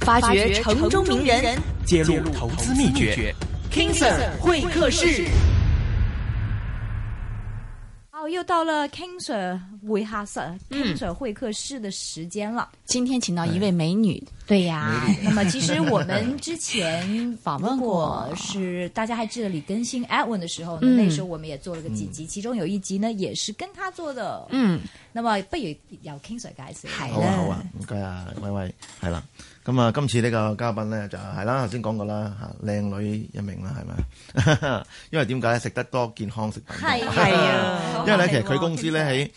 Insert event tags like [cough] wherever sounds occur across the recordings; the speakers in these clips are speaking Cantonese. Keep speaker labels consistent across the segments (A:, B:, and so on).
A: 发掘城中名人，
B: 揭露投资秘诀。
C: King Sir 会客
D: [laughs]
C: 室。
E: 好，又到了 King Sir 会客室、King
D: 嗯
E: Sir 会客室的时间了。
A: 今天请到一位美女，
E: 对呀，那么其实我们
D: [laughs]
E: 之前
A: 访问过
E: 如果是大家还记得李根新 Edwin 的时候呢，
A: 嗯
E: 那时候我们也做了个几集，
D: 嗯
E: 其中有一集呢也是跟他做的。
A: 嗯，
E: 那麼不如由 King Sir 介紹。係
D: 好啊好啊，唔該啊，威威係啦。咁啊，今次呢個嘉賓咧就係啦，頭先講過啦嚇，靚女一名啦，係咪？ [laughs] 因為點解食得多健康食品？
E: 係
C: 哎
A: 係啊
D: [laughs] 因為咧，其實
F: 哦
D: 佢公司咧喺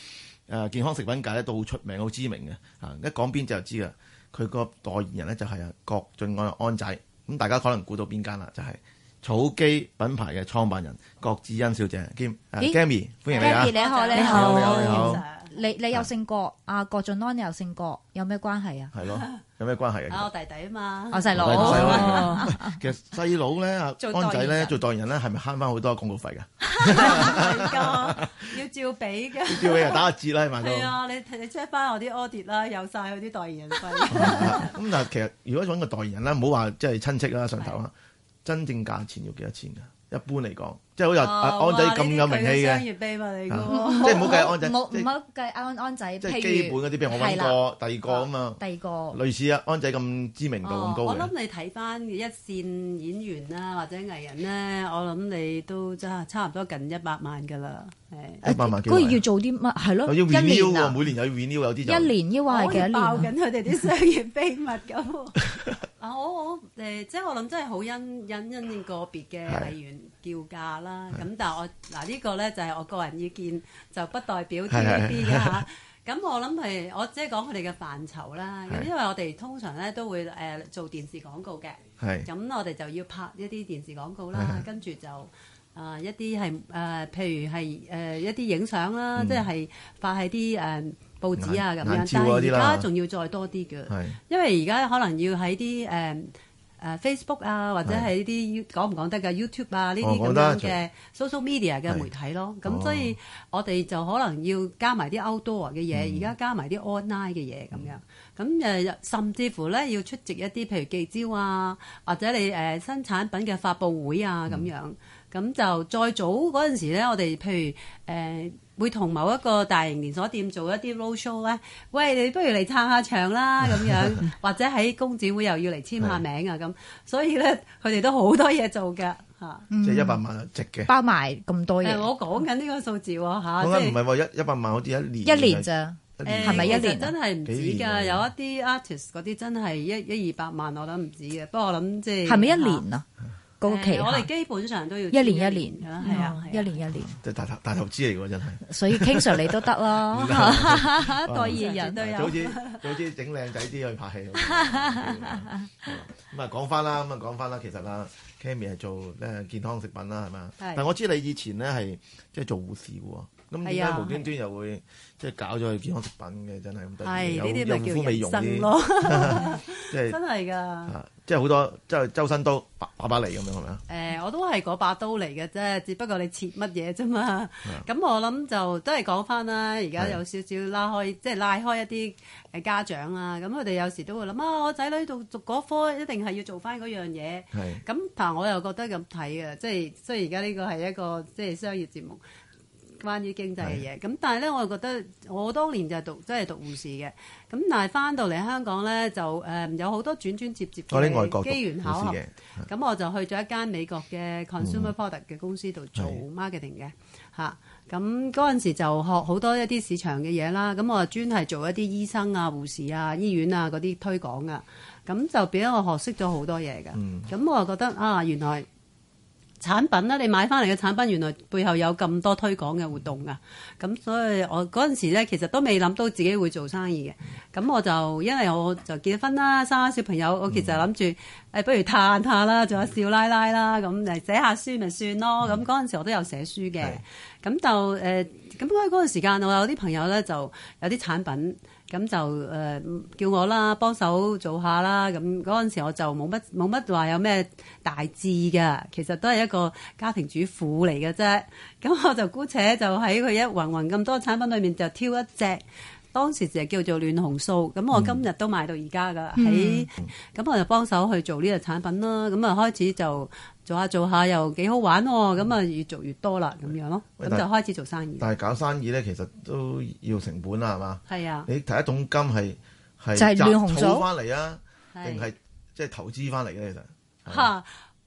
D: 誒健康食品界咧都好出名、好知名嘅嚇。一講邊隻就知啦。佢個代言人咧就係啊郭晉安安仔。咁大家可能估到邊間啦，就係、草基品牌嘅創辦人郭芷欣小姐兼啊
E: 咦
D: Gammy，歡迎你啊！
E: Gabby，你
C: 哦
E: 好，你
D: 你好你好你
E: 好
D: 好，
E: 你你有姓郭，阿郭晉安你有姓郭，有咩關係啊？
D: 係咯，有咩關係
C: 啊，我
D: 啊？
C: 弟弟啊嘛，
E: 我細佬
D: 我細佬嚟㗎
E: 哦
D: [laughs] 其實細佬咧，啊
E: 做代言人
D: 安仔咧做代言人咧，係咪慳翻好多廣告費㗎？
C: [laughs] 係噶，要照俾噶。
D: 叫你啊打下折啦，係咪都？
C: 係啊，你你 check 翻我啲 audit 啦，有晒佢啲代言人費。
D: [laughs] 咁但係其實如果揾個代言人啦，唔好話即係親戚啦、上頭啦，真正價錢要幾多錢㗎？一般嚟講，即係好似 [laughs]
C: 哦
D: 阿安仔咁有名氣
C: 哇呢
D: 嘅，
C: 啲佢嘅商業秘密嚟
D: 啊即
C: 噶。 [laughs]
D: 係唔好計安仔，
E: 冇
D: 即
E: 唔
D: 係
E: 好計安安仔，
D: 即
E: 譬
D: 係
E: 如
D: 基本嗰啲，譬如我
E: 係
D: 揾
E: 啦哦
D: 過第二個咁啊，
E: 第二個哦
D: 類似啊安仔咁知名度咁高
C: 我
D: 嘅
C: 諗，你睇翻一線演員啦，或者藝人咧，我諗你都真係差唔多近一百萬㗎啦。係
D: 一百萬幾
E: 佢要
D: 位。
E: 做啲乜？係咯，
D: 啊又要 renew
E: 一年
D: 喎，
E: 啊，
D: 每年又要 renew，有啲就
E: 一年抑或係
C: 我
E: 幾多
C: 好似
E: 年
C: 爆
E: 啊？
C: 緊佢哋啲商業秘密咁。 [laughs] 啊，我我誒，即係我諗真係好因因因個別嘅
D: 係
C: 藝員叫價啦。咁但係我嗱呢個咧就係我個人意見，就不代表
D: 係係
C: TVB 嘅 [laughs] 嚇。咁我諗係我即係講佢哋嘅範疇啦。咁
D: 係
C: 因為我哋通常咧都會誒、做電視廣告嘅。
D: 係
C: 咁我哋就要拍一啲電視廣告啦，
D: [laughs]
C: 跟住就啊、一啲係誒，譬如係誒、一啲影相啦，即係發喺啲誒報紙啊咁
D: 嗯眼
C: 樣。但
D: 眼照
C: 係
D: 嗰
C: 而
D: 啲啦
C: 家仲要再多啲嘅，
D: 係
C: 因為而家可能要喺啲誒誒 Facebook 啊，或者係呢啲 You- 講唔講得㗎 YouTube 啊呢啲
D: 我
C: 咁
D: 覺哦得
C: 樣嘅 social media 嘅媒體咯。咁
D: 哦
C: 所以我哋就可能要加埋啲 outdoor 嘅
D: 嗯
C: 嘢，而家加埋啲 online 嘅嘢咁樣。咁誒，甚至乎咧要出席一啲譬如記招啊，或者你誒、呃新產品嘅發佈會啊咁
D: 嗯
C: 樣。咁就再早嗰陣時咧，我哋譬如誒、呃、會同某一個大型連鎖店做一啲 road show 咧，喂，你不如嚟撐下場啦咁
D: [laughs]
C: 樣，或者喺公展會又要嚟簽下名啊咁。所以咧，佢哋都好多嘢做㗎嚇。
E: 嗯
D: 即係一百萬就值嘅。
E: 包埋咁多
C: 誒，
E: 嘢，
C: 我講緊呢個數字喎嚇，
D: 講緊唔
C: 啊即係
D: 係話一一百萬，好似一年
E: 一年咋？
D: 一年
C: 誒
E: 係咪一
C: 其實
E: 年啊
C: 真係唔止
D: 幾年
C: 㗎，
D: 啊
C: 有一啲 artist 嗰啲真係一一二百萬，我諗唔止嘅。不過我諗即係
E: 係咪一年啊？嗰個期
C: 誒我哋
E: 限
C: 基本上都要
E: 一年一
C: 年
E: 年哦
C: 㗎啦，係啊，
E: 一年一年，
D: 即係大投大投資嚟喎，真係。
C: [laughs]
D: 啊
E: 所以 King Sir 你都得
D: [laughs] 嗯
E: 啦，代言人
C: 都有
D: 早知早知整靚仔啲去拍
C: [laughs]
D: 戲。咁啊，講翻啦，咁啊講翻啦，其實啦 c a m i 係做咧健康食品啦，係嘛？
C: 係
D: 但我知你以前咧係即係做護士嘅喎，咁
C: 係
D: 點
C: 啊
D: 解無端端又會即係搞咗去健康食品嘅？真係咁得意，
C: 係
D: 有
C: 呢啲
D: 有護膚
C: 咪
D: 美
C: 叫人
D: 容
C: 生
D: 啲，
C: 咯，
D: 即係
C: [laughs] 真係㗎。
D: 啊即係好多即係周身都把把把嚟咁樣係咪啊？
C: 誒、我都係嗰把刀嚟嘅啫，只不過你切乜嘢啫嘛。咁我諗就都係講翻啦，而家
D: 係
C: 有少少拉開，即係拉開一啲誒家長啊，咁佢哋有時都會諗啊，我仔女讀讀嗰科一定係要做翻嗰樣嘢。
D: 係
C: 咁但我又覺得咁睇啊嘅，即係雖然而家呢個係一個即係商業節目，關於經濟嘅嘢。咁但係咧，我又覺得我當年就係讀即係讀護士嘅，咁但係翻到嚟香港咧就誒、有好多轉轉接接
D: 我啲哦外國
C: 嘅機緣巧
D: 護
C: 合
D: 士。嘅，嗯
C: 咁我就去咗一間美國嘅 consumer product 嘅公司度做 marketing 嘅嚇。咁嗰陣時就學好多一啲市場嘅嘢啦。咁我就專係做一啲醫生啊、護士啊、醫院啊嗰啲推廣啊。咁就俾我學識咗好多嘢嘅。咁、
D: 嗯
C: 我就覺得啊，原來產品啦，你買翻嚟嘅產品原來背後有咁多推廣嘅活動噶。咁所以我嗰陣時咧，其實都未諗到自己會做生意嘅。咁我就因為我就結咗婚啦，生咗小朋友，我其實諗住
D: 嗯
C: 誒，不如嘆下啦，做下少奶奶啦，咁誒寫下書咪算咯。咁嗰陣時我都有寫書嘅
D: 嗯係，
C: 咁就呃誒，咁嗰嗰陣時間我有啲朋友咧就有啲產品。咁就誒、叫我啦，幫手做下啦。咁嗰陣時我就冇乜冇乜話有咩大志嘅，其實都係一個家庭主婦嚟嘅啫。咁我就姑且就喺佢一宏宏咁多產品裏面就挑一隻。當時就叫做亂紅素，咁
D: 嗯
C: 我今日都賣到而家噶，喺咁我就幫手去做呢個產品啦。咁啊開始就做下做下又幾好玩喎，咁啊越做越多啦咁樣咯，
D: 喂
C: 咁
D: 但
C: 就開始做生意。
D: 但係搞生意咧，其實都要成本啦，係嘛？
C: 係啊，
D: 你第一桶金係係
E: 就係亂紅
D: 集
E: 組
D: 儲翻嚟啊，定
C: 係
D: 係即係投資翻嚟嘅？其實係啊嘛
C: 嚇。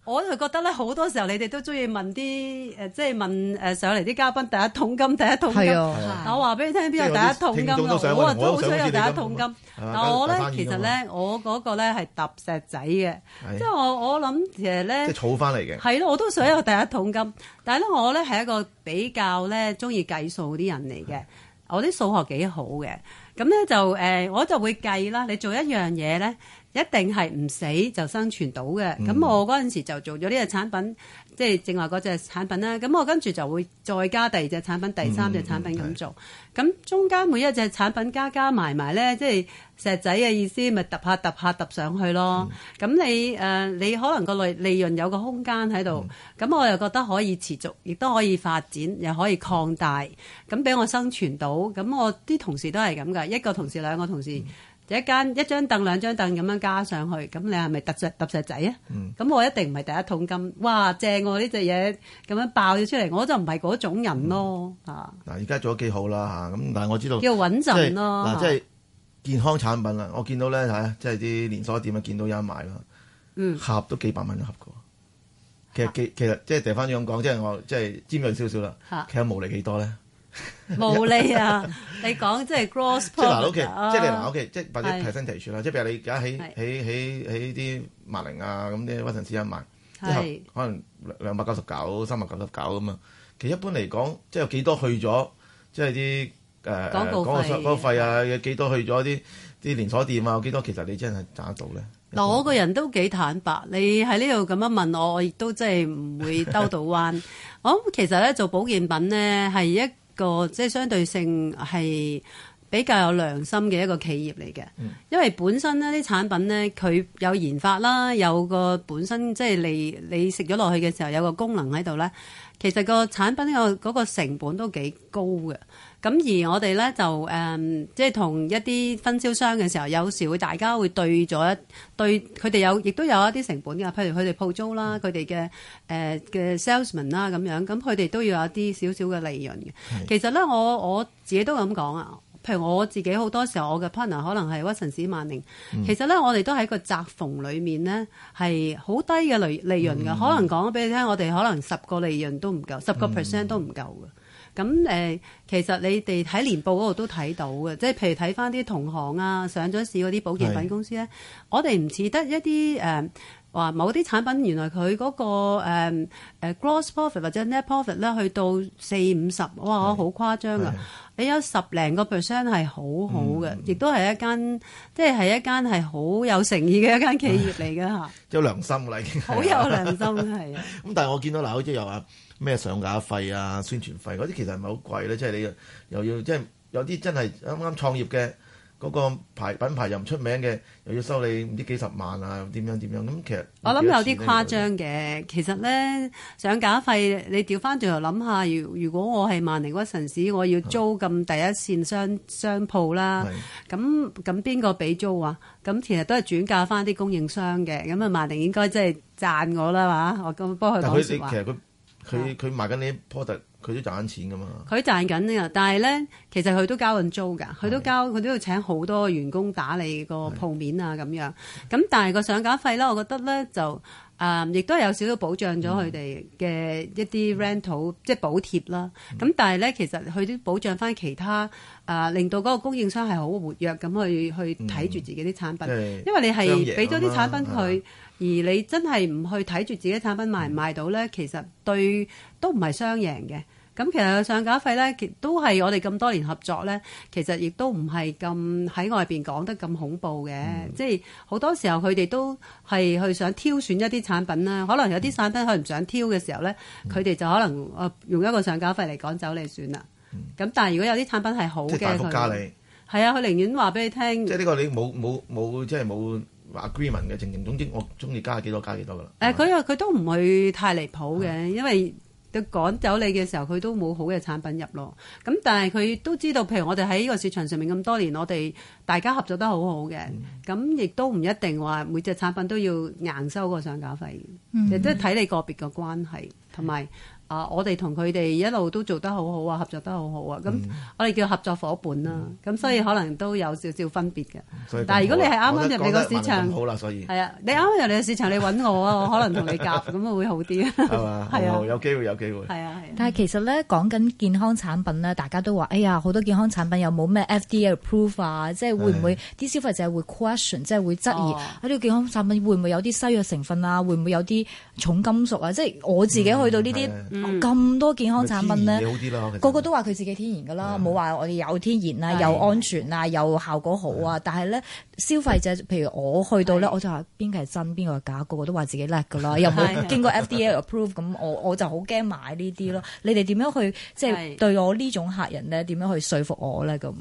C: 我就覺得咧，好多時候你哋都中意問啲誒、呃即係問誒上嚟啲嘉賓第一桶金，第一桶金。
E: 係啊
D: 係
C: 但我話俾你聽，邊有第一桶金
D: 聽眾都
C: 啊？
D: 想
C: 我啊
D: 我
C: 都
D: 都
C: 好想
D: 想好
C: 有
D: 似
C: 第
D: 你咁
C: 一桶金。
D: 係嘛
C: 但我咧
D: 搞生意
C: 其實
D: 㗎嘛
C: 咧，我嗰個咧係揼石仔嘅，
D: 係
C: 即係我我諗其實
D: 即係
C: 咧
D: 儲翻嚟嘅。
C: 係咯，我都想有第一桶金。但係咧，我咧係一個比較咧中意計數啲人嚟嘅，我啲數學幾好嘅。咁咧就誒、呃我就會計啦。你做一樣嘢咧，一定係唔死就生存到嘅。咁、
D: 嗯
C: 我嗰陣時就做咗呢個產品，即係正話嗰隻產品啦。咁我跟住就會再加第二隻產品、第三隻產品
D: 嗯嗯
C: 咁做。咁中間每一隻產品加加埋埋咧，即係石仔嘅意思，咪揼下揼下揼上去咯。
D: 嗯
C: 咁、你誒、呃你可能個利利潤有個空間喺
D: 嗯
C: 度，咁、我又覺得可以持續，亦都可以發展，又可以擴大，咁俾我生存到。咁我啲同事都係咁噶，一個同事兩個同事。
D: 嗯
C: 一間一張凳兩張凳咁樣加上去，咁你係咪揼石揼石仔啊？咁、我一定唔係第一桶金，哇正喎呢隻嘢咁樣爆咗出嚟，我就唔係嗰種人咯嚇。啊
D: 嗱，而家做得幾好啦嚇，咁但係我知道
C: 叫穩
D: 即係
C: 陣咯。啊
D: 嗱，即係健康產品啊啦。我見到咧嚇，即係啲連鎖店啊，見到有人賣啦，
C: 嗯
D: 盒都幾百蚊一盒嘅喎。其實其其實即係掉翻咁講，即係我即係尖鋭少少啦
C: 嚇。
D: 其實毛利幾多咧？
C: 啊無理
D: [laughs]
C: 啊！你講即係 gross
D: 即係嗱
C: profit
D: ，OK，
C: 啊
D: 即係你嗱，OK，即係或者
C: 係
D: percentage 啦。即係譬如你而家喺
C: 係
D: 喺喺喺啲萬寧啊咁啲屈臣氏一萬，
C: 係
D: 一盒可能兩百九十九、三百九十九咁啊。其實一般嚟講，即係有幾多去咗，即係啲誒
C: 廣告費
D: 廣告費啊，有幾多去咗啲啲連鎖店啊，有幾多其實你真係賺得到咧？
C: 嗱，我個人都幾坦白，你喺呢度咁樣問我，我亦都真係唔會兜到彎。我諗其實咧做保健品咧係一個即係相對性係比較有良心嘅一個企業嚟嘅，因為本身呢啲產品咧佢有研發啦，有個本身即係你你食咗落去嘅時候有個功能喺度咧，其實個產品個嗰個成本都幾高嘅。咁而我哋咧就誒、嗯即係同一啲分銷商嘅時候，有時會大家會對咗一對佢哋有，亦都有一啲成本㗎。譬如佢哋鋪租啦，佢哋嘅誒嘅 salesman 啦咁樣，咁佢哋都要有一啲少少嘅利潤嘅。其實咧，我我自己都咁講啊。譬如我自己好多時候，我嘅 partner 可能係屈臣氏、萬寧，
D: 嗯
C: 其實咧我哋都喺個窄縫裏面咧係好低嘅利利潤嘅，
D: 嗯
C: 可能講俾你聽，我哋可能十個利潤都唔夠，十個 percent 都唔夠嘅。咁誒、呃其實你哋喺年報嗰度都睇到嘅，即係譬如睇翻啲同行啊、上咗市嗰啲保健
D: 係
C: 品公司咧，我哋唔似得一啲誒話某啲產品原來佢嗰、個誒、呃呃 gross profit 或者 net profit 咧去到四五十，哇！我好誇張
D: 係嗯
C: 啊！你有十零個 percent 係好好嘅，亦都係一間即係係一間係好有誠意嘅一間企業
D: [laughs]
C: 嚟嘅嚇，
D: 有良心啦已經。
C: 好有良心
D: [laughs]
C: 係啊！
D: 咁但係我見到嗱，好似又話咩上架費啊、宣傳費嗰啲，其實係咪好貴咧？即係你又又要即係有啲真係啱啱創業嘅嗰個牌品牌又唔出名嘅，又要收你唔知幾十萬啊，點樣點樣咁？其實
C: 我諗有啲誇
D: 幾多錢呢。
C: 張嘅，其實咧上架費你調翻轉頭諗下，如如果我係萬寧屈臣氏，我要租咁第一線商商鋪啦，咁咁邊個俾租啊？咁其實都係轉嫁翻啲供應商嘅，咁啊萬寧應該即係賺我啦嘛，我咁幫
D: 係
C: 佢
D: 但
C: 講
D: 佢
C: 説
D: 哋
C: 話啊
D: 其。實佢佢佢賣緊呢啲 product，佢都賺緊錢噶嘛。
C: 佢賺緊呢個，但係咧，其實佢都交緊租㗎，佢都交，佢都要請好多員工打理個鋪面啊咁樣。咁但係個上架費咧，我覺得咧就誒，亦、都有少少保障咗佢哋嘅一啲 rental，、即係補貼啦。咁、但係咧，其實佢都保障翻其他誒、啊令到嗰個供應商係好活躍咁去去睇住自己啲產品。
D: 因
C: 因為你
D: 雙
C: 係
D: 贏
C: 俾咗啲產品
D: 咁啦
C: 佢，而你真係唔去睇住自己產品賣唔賣到
D: 嗯
C: 咧，其實對都唔係雙贏嘅。咁其實上架費咧，其都係我哋咁多年合作咧，其實亦都唔係咁喺外邊講得咁恐怖嘅，
D: 嗯
C: 即係好多時候佢哋都係去想挑選一啲產品啦，可能有啲產品佢唔想挑嘅時候咧，
D: 嗯
C: 佢哋就可能呃用一個上架費嚟趕走你算啦。咁但係如果有啲產品係好
D: 嗯即
C: 嘅，
D: 係大幅加
C: 佢
D: 你，
C: 係啊，佢寧願話俾你聽
D: 即係呢個你冇冇冇即係冇 agreement 啊嘅情形。總之我中意加幾多加幾多噶啦。
C: 誒佢又佢都唔會太離譜嘅，因為都趕走你嘅時候，佢都冇好嘅產品入咯。咁但係佢都知道，譬如我哋喺呢個市場上面咁多年，我哋大家合作得好好嘅，咁亦都唔一定話每隻產品都要硬收個上架費，亦都睇你個別嘅關係同埋。啊！我哋同佢哋一路都做得好好啊，合作得好好啊，咁我哋叫合作伙伴啦，咁、所以可能都有少少分別嘅。
D: 所以咁
C: 但係如果你係
D: 好啊
C: 啱啱
D: 我覺得
C: 入嚟個
D: 講得
C: 市場
D: 問得咁好啦，所以
C: 係啊，你啱啱入嚟嘅市場，你揾我啊，我可能同
D: [laughs]
C: 你夾，咁啊會好啲。
D: 係嘛，
C: [laughs] 係啊
D: 好有機會有機會。
C: 係啊，係啊。
E: 但係其實咧講緊健康產品咧，大家都話：哎呀，好多健康產品又冇咩 FDA approve 啊，即係會唔會啲消費者會 question，即係會質疑
C: 哦
E: 啊呢個健康產品會唔會有啲西藥成分啊，會唔會有啲重金屬啊？即係我自己去到呢
D: 嗯啊
E: 啲
C: 嗯
E: 咁多健康產品咧
D: 咪天然。嘢好啲啦，其實
E: 個個都話佢自己天然噶啦，冇話我哋有天然啊，
C: 係
E: 又安全啊，又效果好啊。但係咧，消費者譬如我去到咧，
C: 係
E: 我就話邊個係真，邊個係假，個個都話自己叻噶
C: [laughs]
E: 啦，又冇
C: 係
E: 經過 FDA approve，咁我我就好驚買呢啲咯。你哋點樣去即係
C: 係
E: 對我呢種客人咧，點樣去說服我咧？咁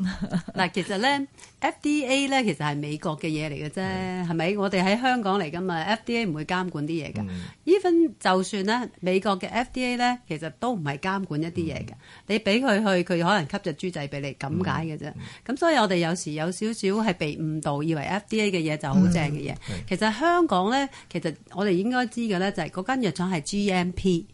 C: 嗱，其實咧，FDA 咧其實係美國嘅嘢嚟嘅啫，係咪？我哋喺香港嚟噶嘛，FDA 唔會監管啲嘢㗎。even
D: 嗯
C: 就算咧美國嘅 FDA 咧，其實都唔係監管一啲嘢嘅，你俾佢去，佢可能吸隻豬仔俾你咁解嘅啫。咁、所以我哋有時有少少係被誤導，以為 FDA 嘅嘢就好正嘅嘢。其實香港咧，其實我哋應該知嘅咧就係嗰間藥廠係 GMP。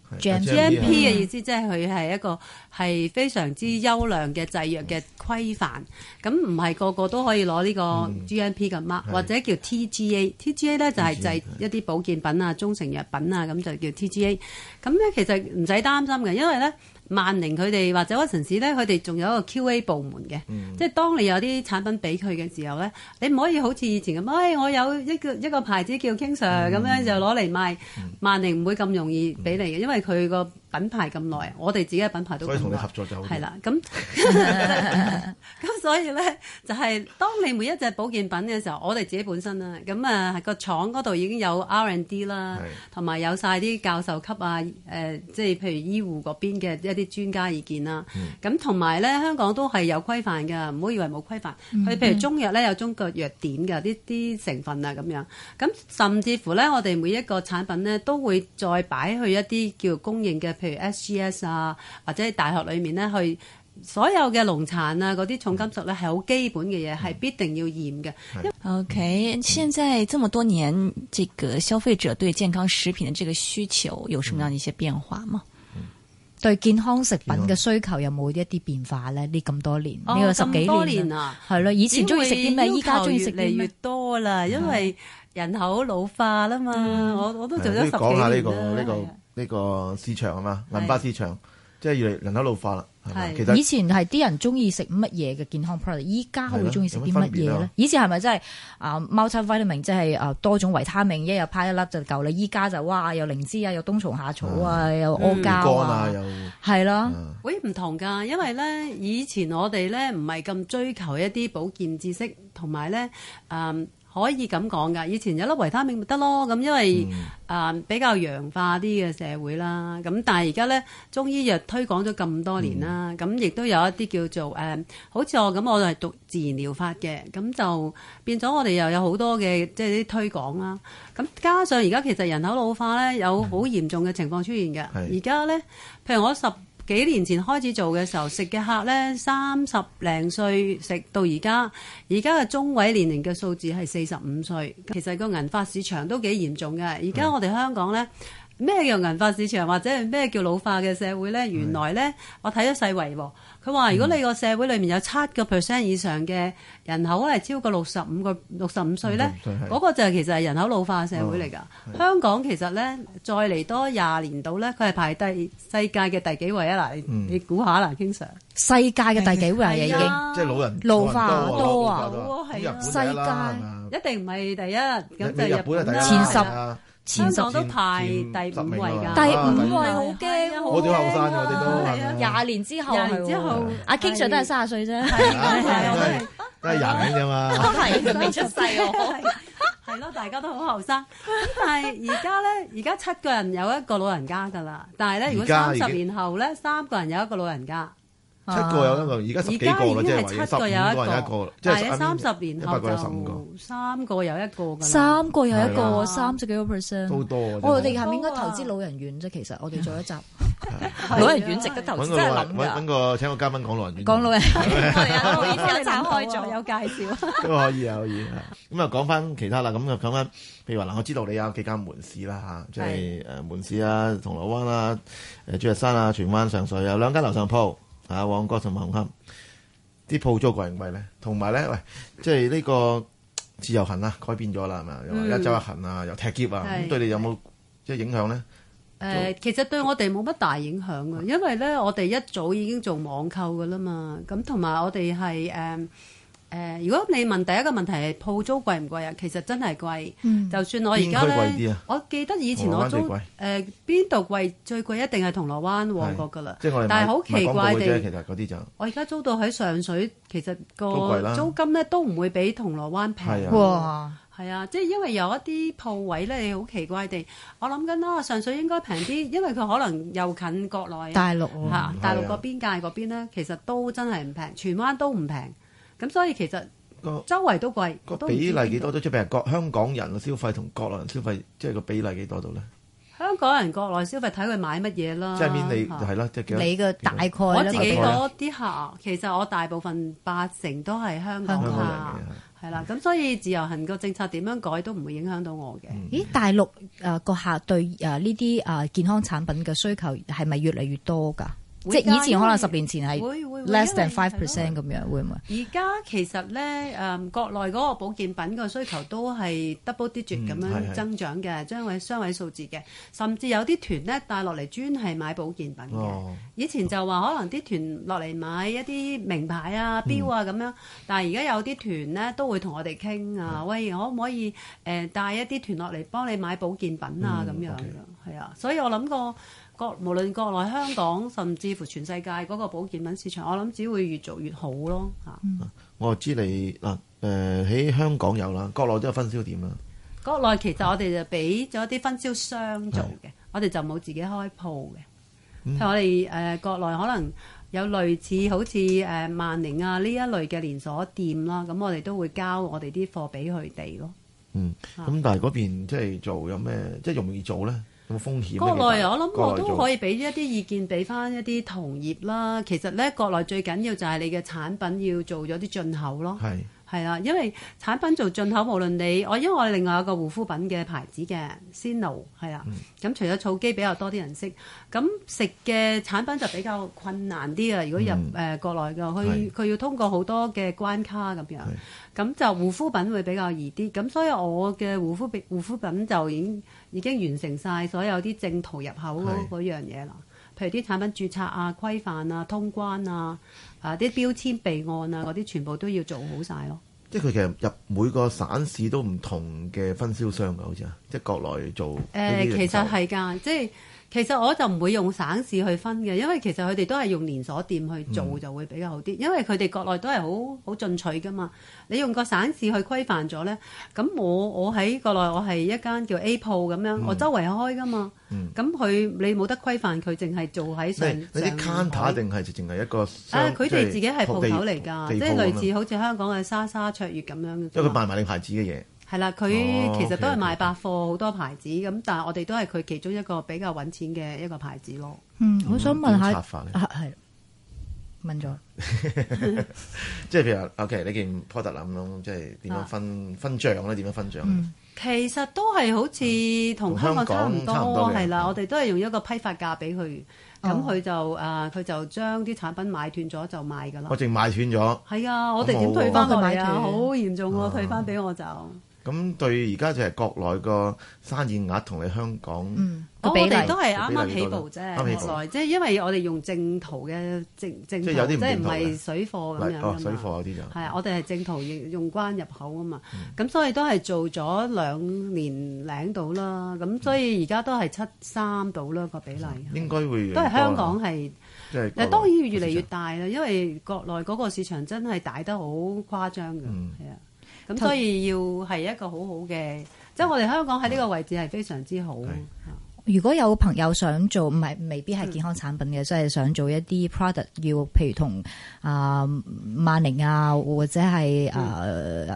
E: GMP
D: 係
C: GMP 嘅意思即係佢係一個係非常之優良嘅製藥嘅規範，咁唔係個個都可以攞呢個 GMP 嘅 mark，、
D: 係
C: 或者叫 TGA，TGA 咧就係製一啲保健品啊、中成藥品啊，咁就叫 TGA。咁咧其實唔使擔心嘅，因為咧。萬寧佢哋或者屈臣氏咧，佢哋仲有一個 QA 部門嘅，即係當你有啲產品俾佢嘅時候咧，你唔可以好似以前咁，哎，我有一個一個牌子叫 King
D: 嗯
C: Sir 咁樣就攞嚟賣，萬寧唔會咁容易俾你嘅，因為佢個品牌咁耐，我哋自己嘅品牌都
D: 所以
C: 咁
D: 同你
C: 耐
D: 合。作就好啲
C: 係啦，咁 [laughs] 咁所以咧就係、當你每一隻保健品嘅時候，我哋自己本身啦，咁啊個廠嗰度已經有 R&D 啦
D: 係，
C: 同埋有晒啲教授級啊，誒、即係譬如醫護嗰邊嘅一啲專家意見啦。咁同埋咧，香港都係有規範㗎，唔好以為冇規範。
E: 嗯
C: 佢譬如中藥咧有中國藥典㗎，啲啲成分啊咁樣。咁甚至乎咧，我哋每一個產品咧都會再擺去一啲叫公認嘅，譬如 SGS 啊，或者係大學裏面咧去。所有嘅農殘啊，嗰啲重金屬咧係好基本嘅嘢，
E: 嗯
C: 係必定要驗嘅。
A: OK，现在这么多年，这个消费者对健康食品的这个需求有什么样的一些变化 [laughs] 吗？
E: 對健康食品嘅需求有冇一啲變化咧？呢咁多年，呢、個十幾
C: 咁多
E: 年
C: 年
E: 啦
C: 啊！
E: 係咯，以前中意食啲咩，依家中意食
C: 越嚟
E: 啲
C: 越
E: 咩？嗯
C: 多啦，因為人口老化啦嘛，我我都做咗
D: 係
C: 十
D: 講哎下呢
C: 幾
D: 個
C: 年啦
D: 呢
C: 係啊
D: 個呢個市場啊嘛，
C: 係
D: 銀巴市場即係越嚟人口老化啦，係咪
C: 係
D: 其
E: 以
D: 實
E: 前係啲人中意食乜嘢嘅健康 product，依家會中意食啲乜嘢
D: 係咯有乜分別
E: 咧
D: 啊？
E: 以前係咪真係啊 multivitamin 即係啊多種維他命，一日派一粒就夠啦？依家就哇有靈芝啊，有冬蟲夏草啊，有阿
D: 嗯魚
E: 膠
D: 乾
E: 啊
D: 啊，又
E: 係啦，
D: 啊
C: 會唔同㗎，因為咧以前我哋咧唔係咁追求一啲保健知識，同埋咧誒可以咁講㗎。以前有粒維他命咪得咯，咁因為誒、嗯比較洋化啲嘅社會啦。咁但係而家咧中醫藥推廣咗咁多年啦，咁亦都有一啲叫做誒、好似我咁，我係讀自然療法嘅，咁就變咗我哋又有好多嘅即係啲推廣啦。咁加上而家其實人口老化咧，有好嚴重嘅情況出現嘅。
D: 係
C: 而家咧，譬如我十幾年前開始做嘅時候，食嘅客咧三十零歲食到而家，而家嘅中位年齡嘅數字係四十五歲。其實個銀髮市場都幾嚴重嘅。而家我哋香港咧。咩叫銀髮市場，或者係咩叫老化嘅社會呢？原來呢，我睇咗世衞喎，佢
D: 嗯
C: 話如果你個社會裏面有七個 percent 以上嘅人口係超過六十五個六十五歲呢，
D: 嗯65歲係嗯
C: 嗰個就係其實係人口老化社會嚟㗎。香港其實呢，再嚟多廿年度呢，佢係排第世界嘅第幾位啊？嗱，
D: 嗯
C: 你你估下啦，King Sir。
E: 世界嘅第幾位啊已
C: 係
E: 經？
C: 啊
D: 即係老人
E: 老化
D: 老人
E: 多啊
D: 老化多
C: 係啊
D: 日本第
E: 世
D: 一啦
E: 界
D: 係嘛
C: 一定唔係第一，咁
D: 日
C: 就
D: 嗯日本係第一啦，
E: 前十
D: 係啊
E: 前十
C: 香港都排
D: 前
C: 第五位㗎
E: 第
D: 十名啊
E: 五位
C: 啊
E: 好
C: 係
E: 驚
C: 啊
E: 喎，
D: 我哋後生㗎我哋都
E: 係啊
D: 係啊
E: 廿年之後係喎，
C: 廿年之後，
E: 阿 King Sir 都係三十歲啫，
D: 係啊都係都係廿零啫嘛，
E: 係佢未出世
A: 哦
E: 我。
C: 係咯，大家都好後生。咁但係而家咧，而家七個人有一個老人家㗎啦。但係咧，如果
D: 而家
C: 三
D: 已
C: 十
D: 經
C: 年後咧，三個人有一個老人家。
D: 七個有一個，而家十幾個啦，即係話
C: 七個有
D: 十五個人一
C: 一
D: 個
C: 個，，
D: 即
C: 但
D: 係
C: 係三十年
D: 一
C: 後
D: 百個有十五個，
C: 就三個有一個㗎啦。
E: 三個有一
D: 係
E: 個，
D: 啊
E: 三十幾個 percent。
D: 都多啊。
E: 我哋
D: 真係
E: 係咪應該投資老人院啫？其實我哋做一集
A: 老人院值得投
D: 揾
A: 資，
D: 個
A: 真係
D: 老
A: 諗
D: 人揾
A: 㗎
D: 揾。個請個嘉賓講老人院，
E: 講老人
A: 係 [laughs] 啊，我以前都
E: 斬
A: 斬開咗。
E: 咗，有介紹。
D: 都可以啊，可以啊。咁啊，講翻其他啦，咁啊講翻，譬如話嗱，我知道你有幾間門市啦嚇，即係誒門市啊、銅鑼灣啊、誒鑽石山啊、荃灣、上水有兩間樓上鋪啊，旺角同埋紅磡。啲鋪租貴唔貴咧？同埋咧，喂，即係呢個自由行啊，改變咗啦，係咪？又話一周一行啊，又踢劫啊，
C: 係
D: 咁對你有冇即係影響咧？
C: 誒、其實對我哋冇乜大影響嘅，因為咧我哋一早已經做網購嘅啦嘛，咁同埋我哋係誒誒，如果你問第一個問題係鋪租貴唔貴啊，其實真係貴，就算我而家
D: 邊區貴啲
C: 咧
D: 啊，
C: 我記得以前我租
D: 銅鑼灣
C: 誒呃邊度貴最貴一定係銅鑼灣旺角㗎啦
D: 即係我哋，
C: 但
D: 買
C: 係好奇
D: 買
C: 怪
D: 廣告嘅啫，其
C: 地。
D: 實嗰啲就
C: 我而家租到喺上水，其實
D: 都貴
C: 個
D: 啦
C: 租金咧都唔會比銅鑼
D: 係
C: 灣平
D: 啊。
E: 哇！
C: 係啊，即係因為有一啲鋪位咧，你好奇怪地，我諗緊啦，上水應該平啲，因為佢可能又近國內啊
E: 大陸
C: 嚇、
E: 喎，
C: 大陸
D: 係啊
C: 個邊界嗰邊咧，其實都真係唔平，荃灣都唔平，咁所以其實
D: 個
C: 周圍都貴，
D: 個
C: 都唔知
D: 比例幾
C: 邊度
D: 多都即係譬如國香港人嘅消費同國內人消費，即係個比例幾多度咧？
C: 香港人國內消費睇佢買乜嘢啦，
D: 即係面你
C: 嚇
D: 係啦，即係幾多
E: 你嘅大概
C: 我
E: 啦
C: 自
D: 大
C: 己
D: 概啦
C: 嗰啲客，其實我大部分八成都係香港
D: 香
C: 客
D: 港人嚟嘅。，
C: 係啦，咁所以自由行個政策點樣改都唔會影響到我嘅。
E: 咦，大陸誒個客對誒呢啲誒健康產品嘅需求係咪越嚟越多㗎？即係
C: 會㗎
E: 以前可
C: 因
E: 能
C: 為
E: 十年前係
C: 會會會
E: less
C: 因為
E: than five
C: 係
E: percent 咁樣，會唔會？
C: 而家其實咧，誒、國內嗰個保健品個需求都係 double digit 咁
D: 嗯係係
C: 樣增長嘅，將位雙位數字嘅，甚至有啲團咧帶落嚟專係買保健品嘅。
D: 哦
C: 以前就話可能啲團落嚟買一啲名牌啊、
D: 嗯
C: 錶啊咁樣，但係而家有啲團咧都會同我哋傾
D: 嗯
C: 啊，喂，可唔可以誒、呃、帶一啲團落嚟幫你買保健品啊咁、
D: 嗯
C: 樣
D: OK
C: 嘅，係啊，所以我諗個國無論國內、香港，甚至乎全世界嗰個保健品市場，我諗只會越做越好咯啊嚇。
D: 我知你嗱誒喺香港有啦，國內都有分銷店啦。
C: 國內其實我哋就俾咗啲分銷商做嘅，我哋就冇自己開鋪嘅。譬如我哋誒、呃、國內可能有類似好似誒、呃萬寧啊呢一類嘅連鎖店啦，咁我哋都會交我哋啲貨俾佢哋咯。
D: 嗯，咁但係嗰邊即係做有咩即係容易做咧？有冇風險咧？
C: 國內我諗
D: 其實
C: 我都可
D: 以。
C: 以俾一啲意見俾翻一啲同業啦。其實咧國內最緊要就係你嘅產品要做咗啲進口咯。
D: 係
C: 係啦，因為產品做進口，無論你我因為我哋另外有個護膚品嘅牌子嘅仙奴係
D: 嗯
C: 啦，咁、除咗草基比較多啲人識，咁食嘅產品就比較困難啲啊！如果入誒、呃、國內嘅，佢
D: 嗯係
C: 佢要通過好多嘅關卡咁樣
D: 係，
C: 咁就護膚品會比較易啲。咁所以我嘅護膚品護膚品就已經已經完成晒所有啲正途入口嗰
D: 係
C: 嗰樣嘢啦。譬如啲產品註冊啊、規範啊、通關啊、啊啲標籤備案啊嗰啲，全部都要做好晒咯。
D: 即係佢其實入每個省市都唔同嘅分銷商㗎，好似啊，即係國內做呢
C: 誒、
D: 啲零售。
C: 呃其實係㗎，即係其實我就唔會用省市去分嘅，因為其實佢哋都係用連鎖店去做
D: 嗯
C: 就會比較好啲，因為佢哋國內都係好好進取㗎嘛。你用個省市去規範咗呢，咁我我喺國內我係一間叫 A 鋪咁樣，
D: 嗯
C: 我周圍開㗎嘛。咁佢、你冇得規範佢，淨係做喺上
D: 咩。你啲
C: 上
D: counter
C: 海
D: 定係直情係一個商
C: 啊，佢哋自己係鋪頭嚟㗎，即係類似
D: 因
C: 好似香港嘅莎莎卓越咁樣嘅
D: 為
C: 啫
D: 佢
C: 嘛。
D: 賣埋你牌子嘅嘢。
C: 係啦，佢
D: 哦
C: 其實都
D: OK，OK
C: 係賣百貨好多牌子咁，但係我哋都係佢其中一個比較揾錢嘅一個牌子咯。
E: 嗯，我想問
D: 點
E: 下，
D: 拆法咧
E: 啊係問咗。
D: 即係譬如話，OK，你件 product 啊啦咁樣，即係
C: 啊
D: 點樣分分帳咧？點樣分啊帳
C: 嗯
D: 呢？
C: 其實都係好似同香港差唔
D: 嗯同香港差唔多
C: 多，
D: 嘅嗯
C: 係啦，我哋都係用一個批發價俾佢，咁
E: 哦
C: 佢就啊佢就將啲產品買斷咗就賣㗎啦
D: 我。淨買斷咗，
C: 係啊，我哋點退翻落
E: 幫
C: 嚟
E: 佢買斷
C: 啊？好嚴重
D: 哦
C: 喎，退翻俾我就。
D: 咁對而家就係國內個生意額同你香港，
E: 嗯，
C: 哦我
E: 個比例
C: 哋都係啱啱
D: 比例
C: 起
D: 幾多
C: 步
D: 咧啱起
C: 啫，
D: 步
C: 國內即係因為我哋用正途嘅正正途，
D: 即係有啲唔
C: 即係
D: 正
C: 唔
D: 途嘅
C: 係水貨咁樣㗎
D: 哦
C: 嘛
D: 水貨嗰啲就
C: 係啊，我哋係正途用用關入口啊嘛，咁、所以都係做咗兩年零到啦，咁所以而家都係七三到啦個比例，
D: 嗯應該會
C: 都係香港
D: 多啦，
C: 係
D: 即係國
C: 誒
D: 內
C: 當然越嚟越大啦，因為國內嗰個市場真係大得好誇張嘅，係、
D: 嗯
C: 啊，咁所以要係一個好好嘅，即係我哋香港喺呢個位置係非常之好。
E: 如果有朋友想做，唔係未必係健康產品嘅，即係、想做一啲 product，要譬如同啊、萬寧啊，或者係啊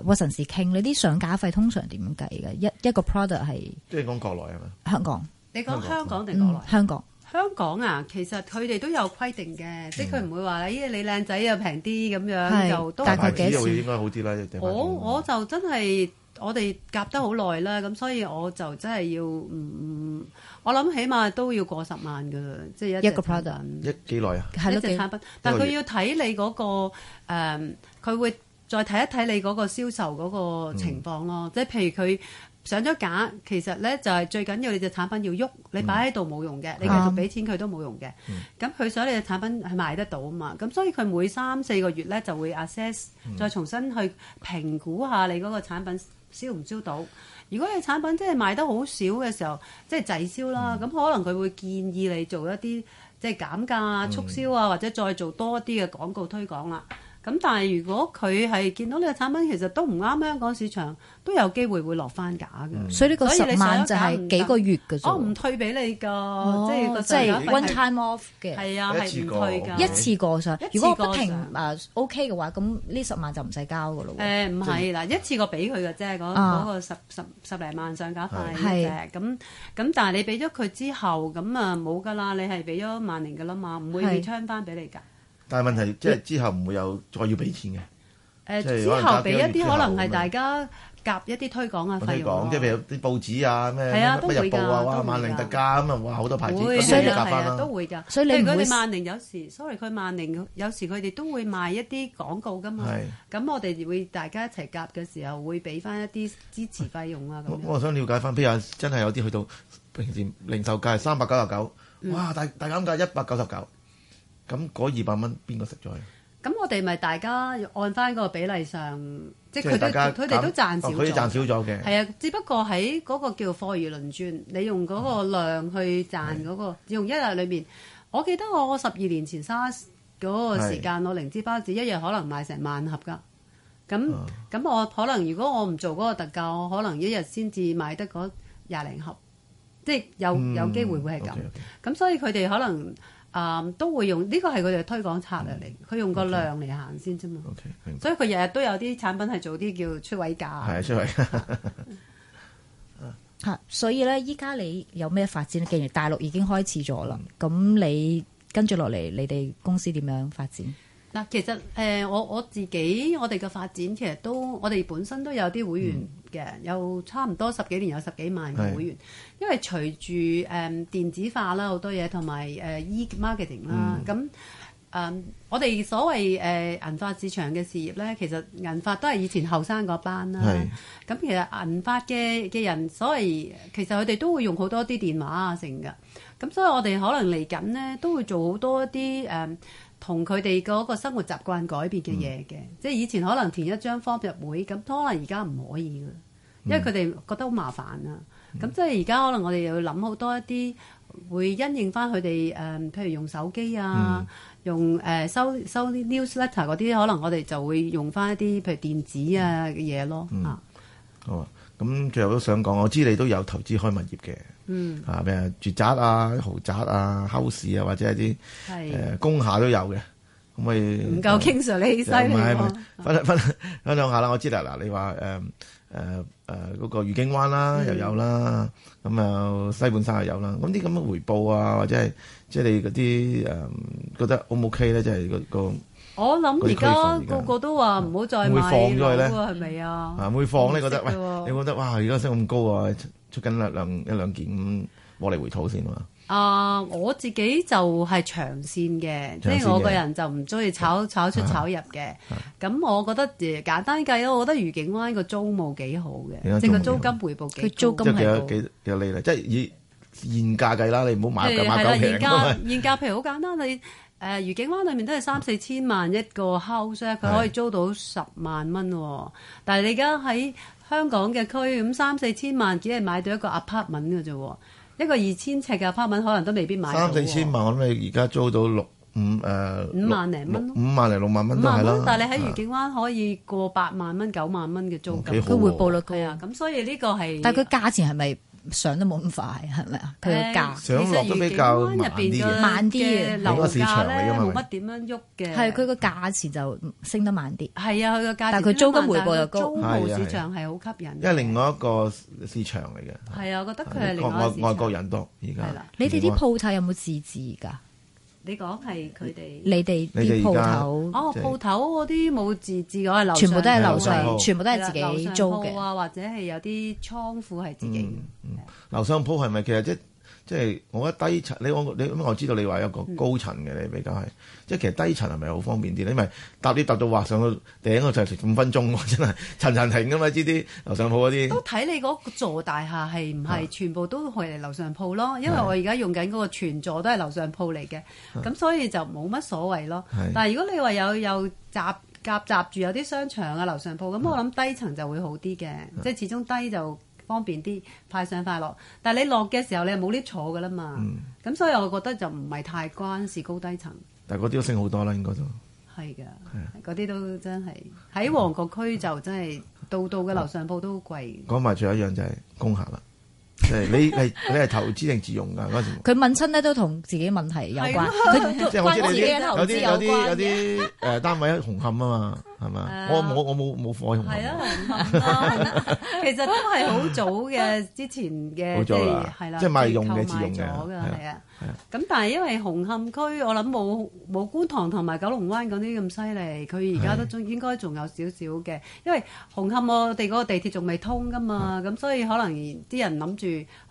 E: 屈臣氏傾，呢啲上架費通常點計嘅？一一個 product 係
D: 即係講國內係咪？
E: 香港，
C: 你講香港定國內？
E: 嗯，香港
C: 香港啊，其實佢哋都有規定嘅，即係佢唔會話咦你靚仔啊平啲咁
E: 係
C: 樣，就都
E: 大概
D: 牌
E: 幾
D: 子
E: 多
D: 會
E: 錢
D: 應該好啲啦，定
C: 我我就真係我哋夾得好耐啦，咁所以我就真係要唔、嗯、我諗起碼都要過十萬噶啦，即係一隻
E: 一個 product
C: 產品
D: 一幾耐啊？
E: 係
C: 一
E: 咯
C: 隻
E: 幾
C: 產品，但
D: 一個
C: 佢
D: 月
C: 要睇你嗰、個誒，佢、會再睇一睇你嗰個銷售嗰個情況咯。即係譬如佢上咗架，其實咧就係、最緊要你隻產品要喐，你擺喺度冇用嘅，你繼續俾錢佢都冇用嘅。咁佢、想你嘅產品係賣得到啊嘛，咁所以佢每三四個月咧就會 assess，、再重新去評估下你嗰個產品銷唔銷到。如果你產品真係賣得好少嘅時候，即係滯銷啦，咁、可能佢會建議你做一啲即係減價啊、促銷啊，或者再做多啲嘅廣告推廣啦。咁但係如果佢係見到你嘅產品其實都唔啱香港市場，都有機會會落翻架嘅。
E: 所以呢個十
C: 所以你上
E: 萬
C: 一
E: 就
C: 架
E: 係
C: 唔
E: 幾
C: 得
E: 個月嘅啫。
C: 我唔退俾你㗎，
E: 嗯哦
C: 即係個
E: 即係
C: 上架費
E: one
C: 係
E: time off 嘅，
C: 係啊，
D: 一次
C: 係唔
D: 過
C: 退㗎。
E: 一次過上
C: 一。次
E: 如
C: 過
E: 果不停
C: 上
E: 啊 OK 嘅話，咁呢十萬就唔使交噶咯喎。
C: 誒唔係嗱，一次過俾佢嘅啫，嗰
E: 啊
C: 嗰個十十十零萬上架費
E: 係
C: 嘅，咁咁但係你俾咗佢之後，咁啊冇㗎啦，你係俾咗萬零㗎啦嘛，唔會
E: 係
C: return 翻俾你㗎。
D: 但係問題即係之後唔會有再要俾錢嘅，
C: 誒
D: 即係
C: 之
D: 可能
C: 後俾一
D: 隔幾個月之
C: 啲
D: 後
C: 可能係
D: 咁樣
C: 大家夾一啲推廣嘅
D: 我
C: 費
D: 聽
C: 用咯
D: 講即係譬如啲報紙啊咩
C: 係啊都
D: 乜
C: 會㗎
D: 日報啊，哇
C: 都會㗎
D: 萬寧特價咁啊，哇好多牌子，
C: 會
D: 咁
E: 所以你
D: 都要
C: 係
D: 夾翻
C: 啊，
D: 啦
C: 都。會㗎。
E: 所以你
C: 譬如
E: 唔
C: 佢
E: 會
C: 哋萬寧有時，sorry，佢萬寧有時佢哋都會賣一啲廣告㗎嘛
D: 係。
C: 咁我哋會大家一齊夾嘅時候，會俾翻一啲支持費用啊咁
D: 我
C: 樣。
D: 我想了解翻，譬如話真係有啲去到平時零售價係三百九十
C: 嗯
D: 九，哇大大減價一百九十九，咁嗰二百蚊邊個食咗去？
C: 咁我哋咪大家按翻個比例上，即係
D: 係
C: 佢都
D: 大家
C: 佢哋都賺少
D: 哦佢哋賺
C: 咗。
D: 少咗嘅。
C: 係啊，只不過喺嗰個叫貨如輪轉，你用嗰個量去賺嗰、個，用一日裏面，我記得我十二年前沙士嗰個時間，我靈芝包子一日可能賣成萬盒㗎。咁
D: 啊
C: 咁、我可能如果我唔做嗰個特價，我可能一日先至賣得嗰廿零盒，即係有
D: 嗯
C: 有機會會係咁。
D: OK，OK
C: 咁所以佢哋可能啊、都會用呢個係佢哋嘅推廣策略
D: 嗯
C: 嚟，佢用個量嚟行先啫嘛。
D: OK，明白。
C: 所以佢日日都有啲產品係做啲叫出位價。
D: 係出嚟，
E: 嚇，啊所以咧，依家你有咩發展？既然大陸已經開始咗啦，咁你跟住落嚟，你哋公司點樣發展？
C: 嗱，其實誒、呃我我自己我哋嘅發展其實都我哋本身都有啲會
D: 嗯
C: 員嘅，有差唔多十幾年有十幾萬嘅會員，因為隨住誒、呃、電子化啦好多嘢，同埋誒 e marketing 啦，
D: 嗯
C: 咁誒、呃我哋所謂誒、呃、銀髮市場嘅事業咧，其實銀髮都係以前後生嗰班啦。
D: 係
C: 咁其實銀髮嘅嘅人，所謂其實佢哋都會用好多啲電話啊成㗎。咁所以我哋可能嚟緊呢，都會做好多一啲誒。嗯同佢哋嗰個生活習慣改變嘅嘢嘅，即係以前可能填一張 form 入會，咁可能而家唔可以嘅，因為佢哋覺得好麻煩啊。咁、即係而家可能我哋又要諗好多一啲會因應翻佢哋誒，譬如用手機啊，用誒、呃收收啲 newsletter 嗰啲，可能我哋就會用翻一啲譬如電子啊嘅嘢咯嚇。啊
D: 好啊。咁最後都想講，我知你都有投資開物業嘅，
C: 嗯，
D: 啊咩住宅啊、豪宅啊、house 啊，或者係啲
C: 係
D: 誒工廈呃都有嘅。咁咪
C: 嗯唔夠傾 Sir 你犀利
D: 唔係
C: 喎
D: 唔。係分 [laughs] 分分享下啦。我知啦，嗱，你話呃誒誒誒呃嗰個愉景灣
C: 嗯
D: 啦，又有啦，咁啊西半山又有啦。咁啲咁嘅回報啊，或者係即係你嗰啲誒覺得 O 唔 OK 咧？即係個
C: 哦
D: 個
C: 我諗而
D: 嗰啲區
C: 家
D: 份而家
C: 個個都話唔好再
D: 會放咗
C: 買
D: 佢
C: 樓
D: 咧
C: 啊，係咪啊？
D: 啊每放咧
C: 唔
D: 覺
C: 識
D: 得喂
C: 㗎喎，
D: 你覺得哇而家升咁高啊，出出緊兩兩一兩件咁獲利回吐先嘛。
C: 啊、我自己就係長線
D: 長線嘅
C: 嘅，即
D: 嗯
C: 係我個人就唔中意炒炒出炒入嘅。咁我覺得呃誒簡單計咯，我覺得愉景灣個租務幾好
D: 而家
C: 嘅，即係個
D: 租務
C: 租
D: 幾好
C: 金回報幾
E: 佢
C: 高
E: 租金
D: 即係幾
E: 係
D: 多
E: 高
D: 幾幾多利咧？即係以現價計啦，你唔好買
C: 誒
D: 夠
C: 係
D: 買
C: 啦，
D: 夠
C: 現
D: 平
C: 價現價譬如好簡單，你誒愉景灣裏面都係三四千萬一個 house 啊咧，佢可以
D: 係
C: 租到十萬蚊喎。但係你而家喺香港嘅區咁三四千萬，只係買到一個 apartment 嘅啫喎，一個二千尺嘅 apartment 可能都未必買到
D: 三四千
C: 喎
D: 萬，我諗你而家租到六五誒
C: 五萬零蚊咯
D: 五萬零六萬蚊
C: 五
D: 都
C: 萬
D: 係啦啊
C: 蚊，。但係你喺愉景灣可以過八萬蚊、九萬蚊嘅租
D: 哦幾
C: 金啊
D: 好。
E: 佢回報率高
C: 係，啊，咁所以呢個係
E: 但係佢價錢係咪上得冇咁快，係咪啊？佢個價
D: 上落都比較慢啲嘅
E: 慢
C: 慢
E: 啲嘅
C: 啲
D: 另一個
C: 樓
D: 市場嚟
C: 價
D: 㗎
C: 咧
D: 嘛
C: 冇乜點樣喐嘅，
E: 係佢個價錢就升得慢啲。
C: 係啊，佢個價錢
E: 但係佢租金回報又高
C: 租務市場係好吸引嘅，
D: 啊因為另外一個市場嚟嘅，
C: 係啊，我覺得佢係另
D: 外
C: 外
D: 外
C: 一個市場
D: 外國人多而
C: 係
D: 家
C: 啦。
E: 你哋啲鋪頭有冇自治㗎？
C: 你講係佢哋
E: 你哋
D: 你
E: 啲
D: 哋而
E: 鋪
D: 家
E: 頭
C: 哦
D: 即係啊
C: 鋪頭嗰啲冇自治，我係樓
E: 全部都係
D: 樓
E: 樓
D: 上
E: 上，
D: 鋪
E: 全部都係自己租
C: 係啦樓上鋪
E: 嘅。
C: 啊，或者係有啲倉庫係自己
D: 嗯
C: 嘅。
D: 樓上鋪係咪其實即即係我覺得低層，你我你咁我知道你話有
C: 嗯
D: 個高層嘅你比較係，即係其實低層係咪好方便啲咧？因為搭 lift 搭到話上到頂嗰陣成五分鐘喎，真係層層停噶嘛，啊知啲樓上鋪嗰
C: 都
D: 啲
C: 睇你嗰座大廈係唔係全部都啊係嚟樓上鋪咯，因為我而家用緊嗰個全座都係樓上鋪嚟嘅，咁所以就冇乜所謂咯
D: 係。
C: 但係如果你話有有夾夾雜住有啲商場啊樓上鋪，咁我諗低層就會好啲嘅，即係始終低就方便啲，快上快落。但係你落嘅時候你係冇 lift 坐噶啦嘛，
D: 嗯
C: 咁、所以我覺得就唔係太關事高低層。
D: 但係嗰啲都升好多啦，應該都。
C: 係啊㗎，嗰啲都真係喺旺角區就真係到到嘅樓上鋪都貴嘅
D: 講埋最後一樣就係工廈啦，即係你係你係投資定自用㗎嗰陣時。
E: 佢問親咧都同自己問題有關，佢都
D: 即係我知
E: 關
D: 你
E: 自己嘅
D: 啲有
E: 投
D: 啲
E: 資
D: 有
E: 有
D: 啲有
E: 關嘅。
D: 啲誒單位喺紅磡啊嘛，係嘛？
C: 啊
D: 我冇我冇冇 [laughs] 火喺紅
C: 係啊
D: 磡，，
C: 紅磡啦，其實都係好早嘅，之前
D: [laughs] 好
C: 嘅
D: 早啦
C: 係啦，
D: 即係賣用嘅
C: 購買
D: 自用嘅
C: 咗㗎，
D: 係
C: 係啊。咁但係因為紅磡區，我諗冇冇觀塘同埋九龍灣嗰啲咁犀利，佢而家都仲應該仲有少少嘅，因為紅磡我哋嗰個地鐵仲未通㗎嘛，咁所以可能啲人諗住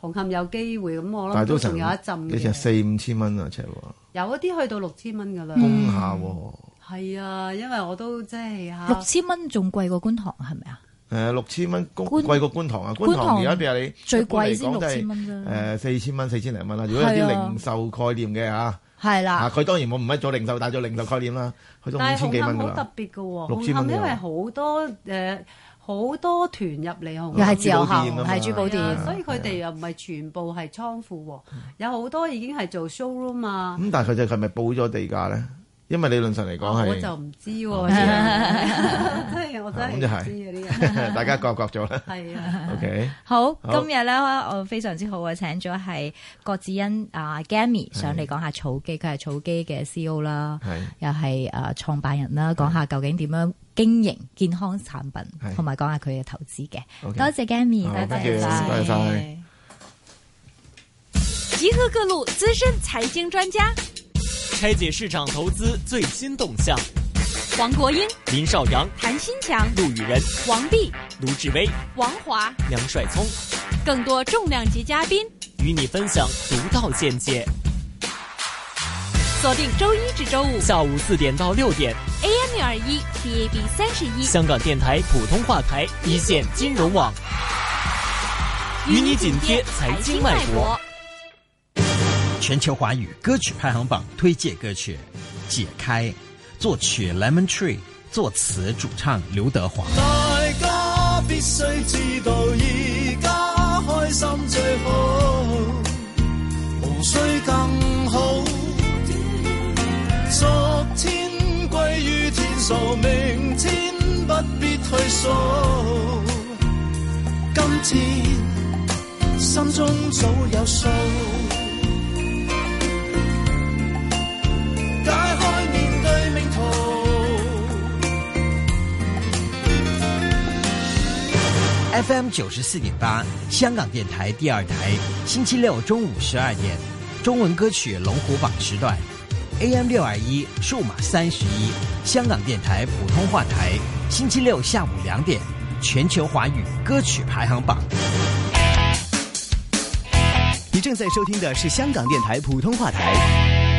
C: 紅磡有機會，咁我
D: 但係
C: 諗
D: 都
C: 都仲
D: 成
C: 有一陣
D: 你成
C: 嘅，
D: 四五千蚊啊尺喎，
C: 有一啲去到六千蚊㗎啦。
D: 工廈喎。
C: 係啊，因為我都即係嚇
E: 六千蚊仲貴過觀塘係咪啊？
D: 誒六千蚊公
E: 觀
D: 貴過觀塘啊！
E: 觀
D: 觀塘
E: 塘
D: 而家譬如你
E: 最貴先6000蚊啫
D: 誒四千蚊四千零蚊啦。如果有啲
E: 係啊
D: 零售概念嘅嚇，
E: 係
D: 啊
E: 啦，
D: 佢當然冇唔係做零售，但係做零售概念啦，去到
C: 但
D: 五
C: 係
D: 千
C: 紅
D: 幾蚊
C: 磡
D: 㗎
C: 好特
D: 啦。
C: 別嘅喎，
D: 六
C: 紅
D: 千蚊
C: 磡
D: 㗎
C: 因為
D: 啦
C: 好多誒好多團入嚟紅
E: 又係
C: 磡。
E: 自由行
D: 珠寶店啊，
E: 係珠寶店。
D: 嘛好
C: 係啊，所以佢哋又唔係全部係倉庫喎，有好多已經係做 showroom 啊。
D: 咁但係佢就係咪報咗地價咧？因為理論上嚟講
C: 我就
D: 係，
C: 唔知喎，
D: 知
C: 真係我 [laughs] 真係
D: 咁
C: 唔
D: 就
C: 知
D: 係
C: 啊啲
D: [laughs]
C: 人。
D: 大家各各咗
C: [laughs]
D: 啦。
C: 係啊，
D: OK，
E: 好，
D: 好
E: 今日咧我非常之好啊，請咗係郭子欣啊 Gammy 上嚟講下草基，佢係草基嘅 CEO 啦，
D: 係。
E: 又係啊創辦人啦，講下究竟點樣經營健康產品，
D: 係
E: 同埋講下佢嘅投資嘅。
D: OK
E: 多謝 Gammy，
D: 好
E: 多
D: 多
E: 謝
D: 謝
E: 晒
D: 多謝晒。
G: 集合各路资深财经专家，
B: 拆解市场投资最新动向。
G: 黄国英、
B: 林少阳、
G: 谭新强、
B: 陆羽仁、
G: 王碧、
B: 卢志威、
G: 王华，
B: 杨帅聪
G: 更多重量级嘉宾，
B: 与你分享独到见解。
G: 锁定周一至周五
B: 下午四点到六点，
G: AM 六二一 DAB 三十一，
B: 香港电台普通话台一线金融网，与你紧贴财经脉搏。。
H: 全球华语歌曲排行榜推荐歌曲，解开，作曲 Lemon Tree，作词主唱刘德华。
F: 大家必須知道，而家開心最好，無需更好。昨天歸於天數，明天不必退數。今天心中早有數，解開面對命途。
H: FM 九十四点八，香港电台第二台，星期六中午十二点，中文歌曲龙虎榜时段，AM 六二一，数码三十一，香港电台普通话台，星期六下午两点，全球华语歌曲排行榜。
F: 你正在收听的是香港电台普通话台。